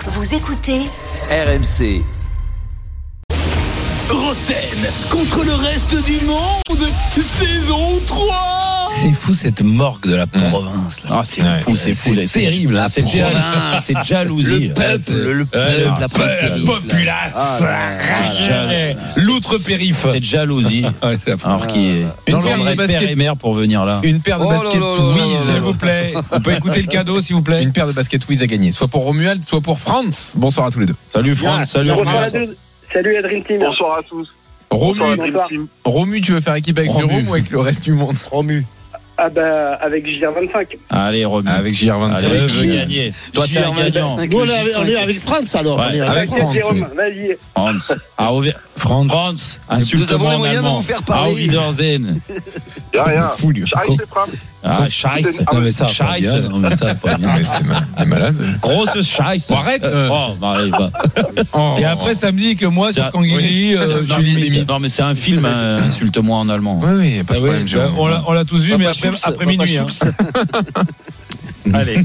Vous écoutez RMC. Roten contre le reste du monde, saison 3 C'est fou cette morgue de la province. Là. Ah, c'est Ouais. fou, c'est fou. C'est terrible, là. C'est Pour- jal- Ah, c'est jalousie. Le peuple, le peuple, la province. populace. L'outre-périph. Cette jalousie. Ouais, Ah, c'est affreux. Alors qui est. Une J'en paire de vendrais père baskets- et mère pour venir là. Une paire de Oh là baskets là là là Wiz, là là s'il là. vous plaît. On peut écouter le cadeau, s'il vous plaît. Une paire de baskets Wiz à gagner, soit pour Romuald, soit pour Franz. Bonsoir à tous les deux. Salut Franck, salut Bonsoir Romain. à tous. Salut la Dream Team. Bonsoir à tous. Romu, Bonsoir. Romu, tu veux faire équipe avec Romu. Jérôme ou avec le reste du monde Romu. Ah bah avec JR25. Allez, Romain. Avec JR25. Allez, Avec veux Ah, qui gagner. Toi, t'es un gagnant. Avec Nous, on le est avec, J5. on est avec Franz alors. Ouais. On est avec- Avec T'inquiète, Franz. Jérôme, vas-y. Franz. Ah, Auver- Franz. Franz. Nous avons Insulte-moi les en moyens de allemand. vous faire Auf parler. Wiedersehen. Y'a rien. Fou, lui. J'arrive, c'est Franz. Ah, Scheiße. Non, mais ça, Scheiße. pas bien. Non, mais ça, pas bien. Mais c'est mal- il est malade. Grosse Scheiße. Bon, arrête, Euh, euh. Oh, bah, allez, va. Et après, ça me dit que moi, C'est un- sur Kangini, oui. euh, je Non, suis mais- limite. Non, mais c'est un film, hein, insulte-moi en allemand. Oui, oui, y a pas de Ah oui, problème, bah, Jérôme. on l'a- on l'a tous vu, Papa Schultz, Papa hein. Schultz. Allez.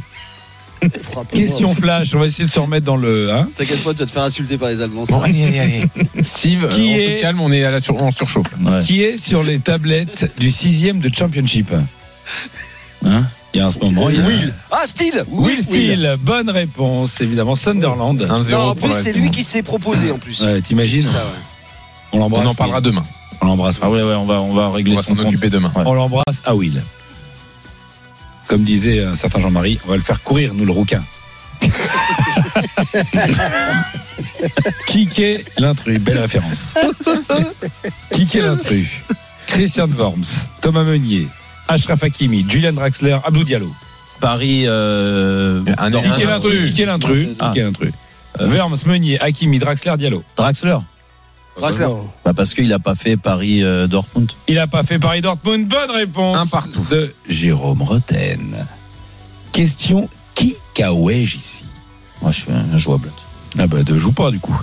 Frappez-moi. Question flash, on va essayer de se remettre dans le. hein. T'inquiète pas, tu vas te faire insulter par les Allemands. ça. Bon, allez, allez, allez. Steve, Qui on est- se calme, on est à la sur... on surchauffe. Ouais. Qui est sur les tablettes du 6 de Championship Hein Il y a un ce moment. il y a- Will. Ah, Steele Will Steele, bonne réponse, évidemment. Sunderland. Ah. Non, en plus, c'est lui qui s'est proposé en plus. Ouais, Ah, T'imagines Ça, ouais. On l'embrasse. On en parlera demain. On l'embrasse. Ah ouais, ouais, on va, on va régler On va son s'en compte. occuper demain. Ouais. On l'embrasse à Will. Comme disait un certain Jean-Marie, on va le faire courir, nous, le rouquin. Kiké l'intrus, belle référence. Kiké l'intrus, Christian Worms, Thomas Meunier, Ashraf Hakimi, Julian Draxler, Abdou Diallo. Paris. Euh, Un Dortmund. Kiké l'intrus, Kiké l'intrus, Ah. Kiké l'intrus. Euh, Worms, Meunier, Hakimi, Draxler, Diallo. Draxler. Draxler. Bah parce qu'il a pas fait Paris euh, Dortmund. Il n'a pas fait Paris Dortmund. Bonne réponse. Un partout. De Jérôme Roten. Question qui cahouège ici Moi je suis injouable. Ah bah, ne joue pas du coup.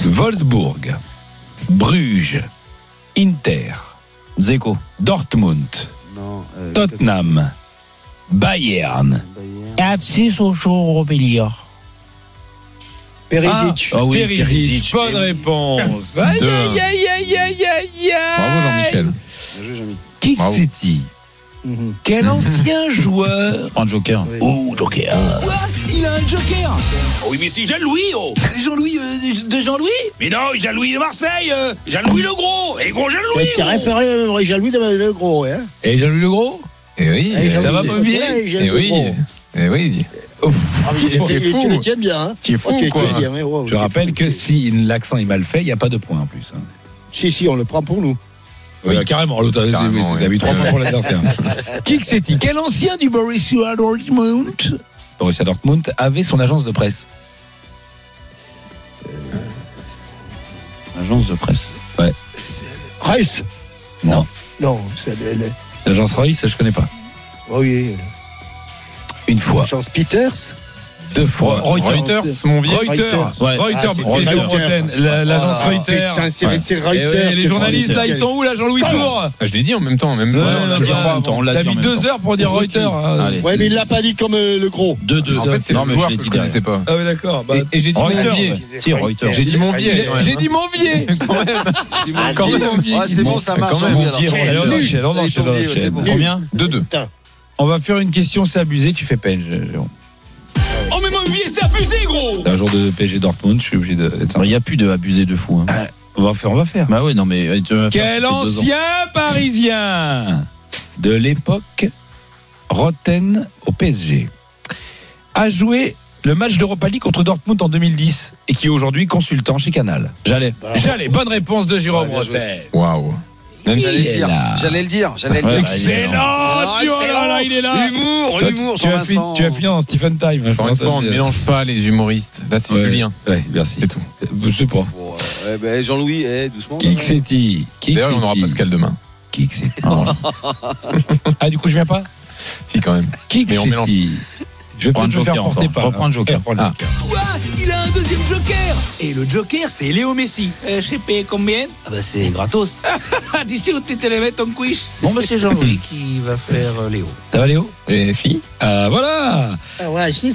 Wolfsburg, Bruges, Inter, Zeko. Dortmund, Non, euh, Tottenham, Bayern, Bayern. FC Sochaux Robéliard. Perisic. Ah oui, Perisic. Perisic. Bonne réponse. Aïe, Deux. aïe, aïe, aïe, aïe, aïe, aïe. Bravo, Jean-Michel. Bien joué, Jamy. Qui Bravo. c'est-il Mhm. Quel ancien joueur Prends Joker. Oui. Oh Joker. Il a un joker Oui, mais c'est Jean-Louis, oh Jean-Louis euh, de Jean-Louis Mais non, Jean-Louis de Marseille euh, Jean-Louis le gros Et gros Jean-Louis oh. Ouais, T'es gros. référé euh, à Jean-Louis de le Gros. Hein Et Jean-Louis Legros Eh oui. Eh, Ça Jean-Louis va, de- Bobby Ouais, Jean-Louis Eh de oui. Gros. Eh oui. Ah, mais il T'es était- fou. Tu le tiens bien. hein T'es fou, Ok, tu quoi. le tiens, ouais, ouais, Je t'es rappelle fou. que si l'accent est mal fait, il n'y a pas de point en plus. hein. Si, si, on le prend pour nous. Oui, carrément. L'autre, a- Carrément, oui, c'est- oui. ça a mis trois points pour l'adversaire. Qui que c'est-il Quel ancien du Borussia Dortmund Borussia Dortmund avait son agence de presse. Agence de presse. Reiss Non. Non, c'est. elle- elle- L'agence Royce, je connais pas. Oh oui, Une fois, Chance Peters. deux fois. Reuters. mon vieux. Reuters. Reuters. Ouais. Reuters, Ah, c'est c'est Jérôme Reuters. Rotten, la- l'agence Ah, Reuters. Putain, c'est Ouais. c'est Eh Reuters. ouais, les journalistes là, ils sont où là, Jean-Louis Tour Ah, Je l'ai dit en même temps. en Même Ouais, Ouais, bah, tu vois, en même temps, on l'a T'as dit en mis même deux temps. heures pour dire Reuters. hein. Allez. Ouais, mais il l'a pas dit comme euh, le Gros. 2-2. En fait, c'est non, le mais joueur je l'ai que dit je connaissais pas. Ah oui, d'accord. Bah, Et- Et j'ai dit mon derrière. vieil. Reuters. Si, Reuters. J'ai dit mon j'ai- vieil. quand même, J'ai hein. dit Monvier. Quand même. Quand Ah, même, Monvier. Ah, c'est bon, ça marche. Quand même, oui, on alors, dit, c'est on Allez, on bon. enchaîne, on Allez, enchaîne, on tombé, enchaîne. c'est bon. Combien 2-2. On va faire une question, c'est abusé, tu fais peine, Jérôme. Oh, mais mon vieux, c'est abusé, gros C'est un jour de PSG Dortmund, je suis obligé de- d'être Il sympa. Ah, n'y a plus de abusé de fou. hein. On va faire, on va faire. Bah oui, non mais. euh, tu vas faire, Quel ça fait deux ans. ancien parisien de l'époque Roten au PSG a joué le match d'Europa League contre Dortmund en 2010 et qui est aujourd'hui consultant chez Canal. J'allais. Bah, J'allais, bonne réponse de Jérôme Ouais, bien joué. Roten. Waouh. Même J'allais s'il le est dire. là. J'allais le dire. J'allais le Ouais, dire. bah, Excellent, Ah, tu- oh là excellent. là, il est là. Humour, Toi, humour, tu, sans as fini, Vincent. tu as fini en Stephen Time. hein, Encore une je fois, on ne m'entends mélange pas les humoristes. Là, c'est Ouais. Julien. bien. Ouais, merci. C'est tout. Je sais pas. Bon, euh, eh ben, Jean-Louis, eh, doucement. Qui là. que c'est-il Qui que D'ailleurs, on aura c'est-il Pascal demain. Qui que c'est Ah, du coup, je viens pas Si, quand même. Qui que Mais on mélange. c'est-il Je vais Prends peut-être le me faire joker porter encore. par. Reprends le joker. Eh, prends le Ah. joker. Toi, il a un deuxième joker Et le joker, c'est Léo Messi. Euh, je sais pas combien Ah bah c'est gratos. tu sais où t'étais les mettre ton quiche Bon bah c'est Jean-Louis qui va faire euh, Léo. Ça va, Léo Et si Ah, voilà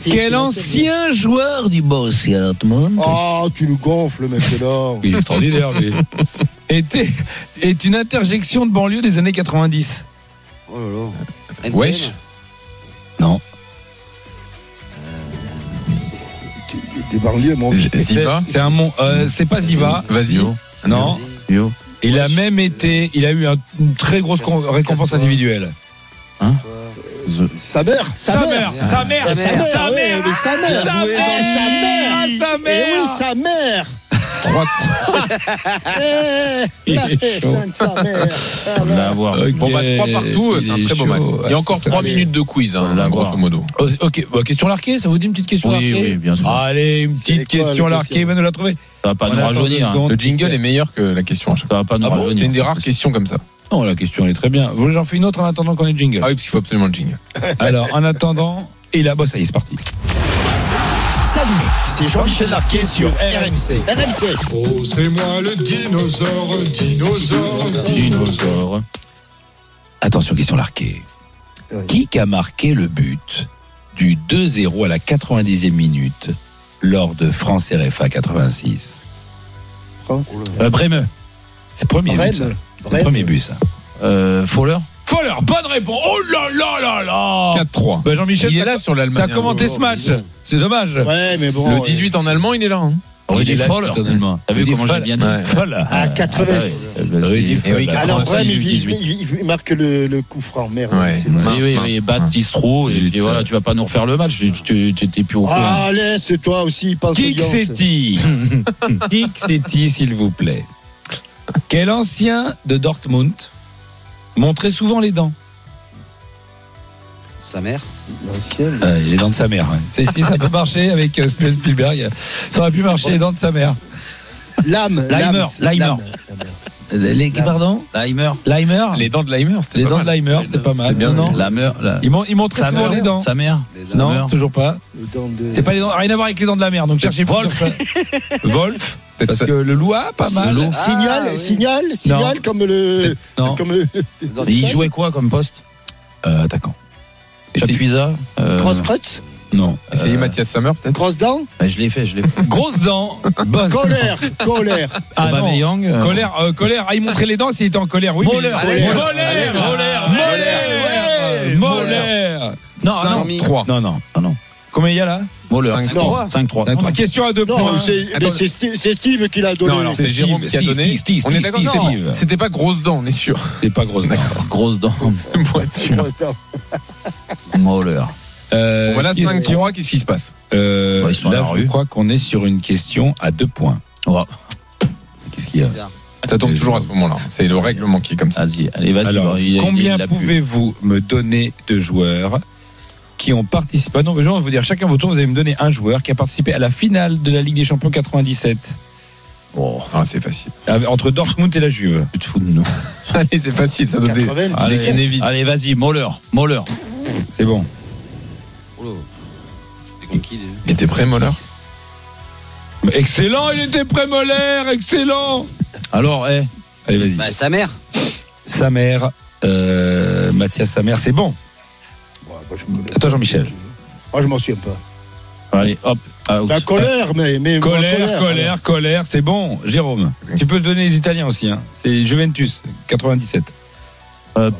Quel ancien joueur du Borussia Dortmund Oh, tu nous gonfles, mec, c'est là. Il est extraordinaire, lui. Était, est une interjection de banlieue des années 90. Oh là là. Wesh. Non. Tu- Des banlieues, mon vieux. Ziva C'est un mon. euh, c'est pas Ziva. Vas-y. Antoine Non. Vas-y. Yo. Il a Wesh. même été. Il a eu un- une très grosse con- Casse- récompense casse-toi. individuelle. Sa Sa mère. mère Sa mère Sa Sa mère, mère Sa ouais, mère mais sa mère. Sa Jouer mère, Sa mère. Ah, Sa Eh mère oui, sa mère. Trois- Eh, Il la est chaud. putain de sa mère. Ah, On va là. avoir. Ok. Bon, bah, 3 partout, Il c'est un est très beau chaud, match. ouais, Il y a encore c'est 3 très- minutes de quiz, On va hein, la grosso voir. modo. Oh, Ok, bah, question larquée, ça vous dit une petite question Oui, larquée oui, bien sûr. Allez, une C'est petite quoi, la question larquée, question il va nous la trouver. Ça va pas On nous attend deux rajeunir. hein. secondes. Le jingle est meilleur que la question à chaque fois. Ça va pas nous Ah bon rajeunir. C'est une des rares questions comme ça. Non, la question elle est très bien. Vous voulez que j'en fais une autre en attendant qu'on ait le jingle Ah oui, parce qu'il faut absolument le jingle. Alors, en attendant, et là, bon, ça y est, c'est parti. Salut, c'est Jean-Michel Larquet sur RMC. RMC. Oh, c'est moi le dinosaure, dinosaure, Dinosaure. Attention, question larquée. Oui. Qui a marqué le but du 2-0 à la 90e minute lors de France RFA 86 France. Euh, Bremeux. C'est premier but. Ah, ça. Rennes. C'est Rennes. premier but, ça. Euh, Fowler. Foller, bonne réponse. Oh là là là là 4-3. Bah, Jean-Michel, Il est t'as- là sur l'Allemagne. t'as commenté ce match. C'est dommage. Ouais, mais bon. euh, Le 18 en allemand, il est là. hein. Oh, il est là, Fowler. personnellement. T'as vu Il est comment je l'ai folle. bien dit Ouais. Foller. À Ah, bah, 80. ouais. Bah, Oui, c'est- il est eh oui, fort, là. Alors, 96, Brême, il, 18. il- il marque le, le coup franc. Merde. Ouais. c'est Oui, bon. Mince, oui, mince, oui, battre mince. 6 trop, et Zut, puis voilà, euh. tu vas pas nous refaire le match, tu- tu- tu- t'es plus au courant. Ah, laisse, toi aussi, il passe au Kick Gans. Setti. Kick Setti, s'il vous plaît. Quel ancien de Dortmund montrait souvent les dents Sa mère. L'ancienne. Euh, Les dents de sa mère. ouais. C'est- Si ça peut marcher avec euh, Steven Spielberg, ça aurait pu marcher les dents de sa mère. Lame. Leimer, lame, c'est- Leimer. lame, lame. Les, pardon Leimer. Leimer Les dents de Leimer, c'était Les pas dents de mal. Leimer, c'était pas mal. bien, non, non. La mère. La... Il, mon- il montrait Sa souvent mère. les dents. Sa mère. Les dames. Non, mère. toujours pas. Le dent de- C'est pas les dents. Rien à voir avec les dents de la mer. Donc cherchez plus sur ça. Wolf. Parce que le Loa, pas mal. Signal, Ah, oui. signal, signal, signal, comme le. Non. Comme le. Dans Et il Yes. jouait quoi comme poste Euh, attaquant. Chapuisa euh, Cross crutch, Non. Essayez Mathias Sammer, peut-être. cross down, bah, Je l'ai fait, je l'ai fait. Grosse dent. Bonne. colère, colère. Ah, non. Aubameyang, euh, Colère, euh, colère. Ah, il montrait les dents s'il était en colère. Oui. Moller. mais- Allez, Moller. allez, Moller. allez, Moller. Moller. Non, ah, non. Samy. Trois. Non, non. Ah, non. Combien il y a là Moller. Cinq, 5-3. 5-3. Trois. Question à deux Non, points. c'est mais c'est Steve, c'est Steve qui l'a donné. Non, alors c'est Steve, Jérôme qui a Steve, donné. Steve, Steve, On est Steve, d'accord. Steve, Non, Steve. C'était pas grosse dent, on est sûr. C'est pas grosse. dent. Grosse dent. Pour être sûr. Cross down. Moller. Euh, Voilà question- 5-3, qu'est-ce qui se passe Euh, Bah, ils sont à là, la je rue. crois qu'on est sur une question à deux points. Oh. Qu'est-ce qu'il y a Ça tombe Et toujours je- à ce moment-là. C'est le règlement qui est comme ça. Vas-y, allez, vas-y. Alors, bah, il- il- combien il l'a pu. pouvez-vous me donner de joueurs qui ont participé Ah Non, mais je vais vous dire, chacun votre tour, vous allez me donner un joueur qui a participé à la finale de la Ligue des Champions 97 Oh, Ah, c'est facile. avec- entre Dortmund et la Juve. tu te fous de nous. Allez, c'est facile, ça doit être. 97. Allez, Neville. Allez, vas-y, Moller. Moller. C'est bon. Oh là. C'est contre qui, les- Il était prêt, Moller Mais Excellent, il était prémolaire, excellent. Alors, eh. Allez, vas-y. Bah, sa mère. Sa mère, euh, Mathias, sa mère, c'est bon. Ouais, moi, je me connais. À toi, Jean-Michel. Moi, je m'en souviens pas. Allez, hop. out. La colère, mais. mais Colère, colère, colère, c'est bon, Jérôme. Tu peux donner les Italiens aussi, hein. c'est Juventus, 97. Euh,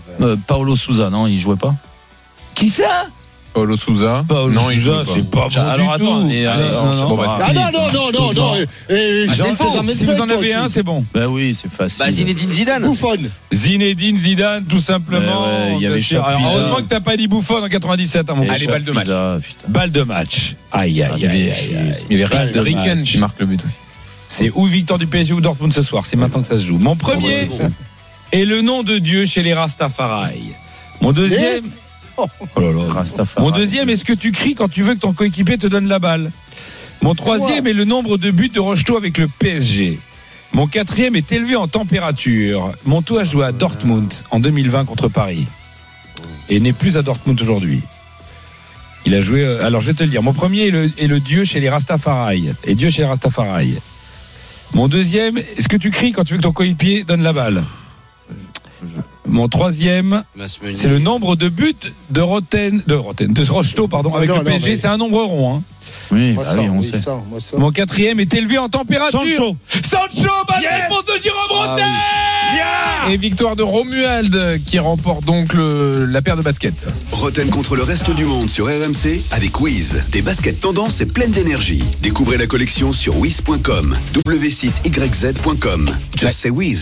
Paolo Souza, non, il jouait pas Qui ça Paolo Souza Paolo Non, il Souza, joue c'est pas bon. Alors, du attends, tout. mais, euh, Allez, alors, non, je- non. bon, bah, Ah non, non, non, non, non. eh, eh, Ah, Jean c'est fais faux. un Si vous en médecin, avez toi un, aussi. c'est bon. Bah oui, c'est facile. Bah, Zinedine Zidane. Bouffonne. Eh Zinedine Zidane, tout simplement. Mais ouais, il y avait Monsieur- Chapuisat. Alors, heureusement que t'as pas dit Bouffon en 97 à mon Et gars. Allez, balle de match. Chapuisa, putain. Balle de match. Aïe, aïe, Ah, aïe, mais aïe, aïe. Il y Balle avait de Ricken match. qui marque le but aussi. C'est ou victoire du PSG ou Dortmund ce soir. C'est maintenant que ça se joue. Mon premier est le nom de Dieu chez les Rastafari. Mon deuxième. Oh là là. Rastafari. Mon deuxième, est-ce que tu cries quand tu veux que ton coéquipier te donne la balle Mon troisième est le nombre de buts de Rocheteau avec le PSG. Mon quatrième est élevé en température. Monto a joué à Dortmund en 2020 contre Paris et n'est plus à Dortmund aujourd'hui. Il a joué. euh, Alors, je vais te le dire. Mon premier est le, est le dieu chez les Rastafari. Et dieu chez les Rastafari. Mon deuxième, est-ce que tu cries quand tu veux que ton coéquipier donne la balle Mon troisième, Mas Meunier. c'est le nombre de buts de Roten, de Roten, de Rocheteau, pardon, Ah avec non, le non, PSG. mais- C'est un nombre rond. Hein. Oui, Moi, bah ça, oui, on oui, sait. ça, moi, ça. Mon quatrième est élevé en température. Sancho. Sancho, bonne réponse de Jérôme Roten Ah Et victoire de Romuald qui remporte donc le- la paire de baskets. Roten contre le reste du monde sur RMC avec Wiz. Des baskets tendance et pleines d'énergie. Découvrez la collection sur wiz.com, w6yz.com. Just say Wiz.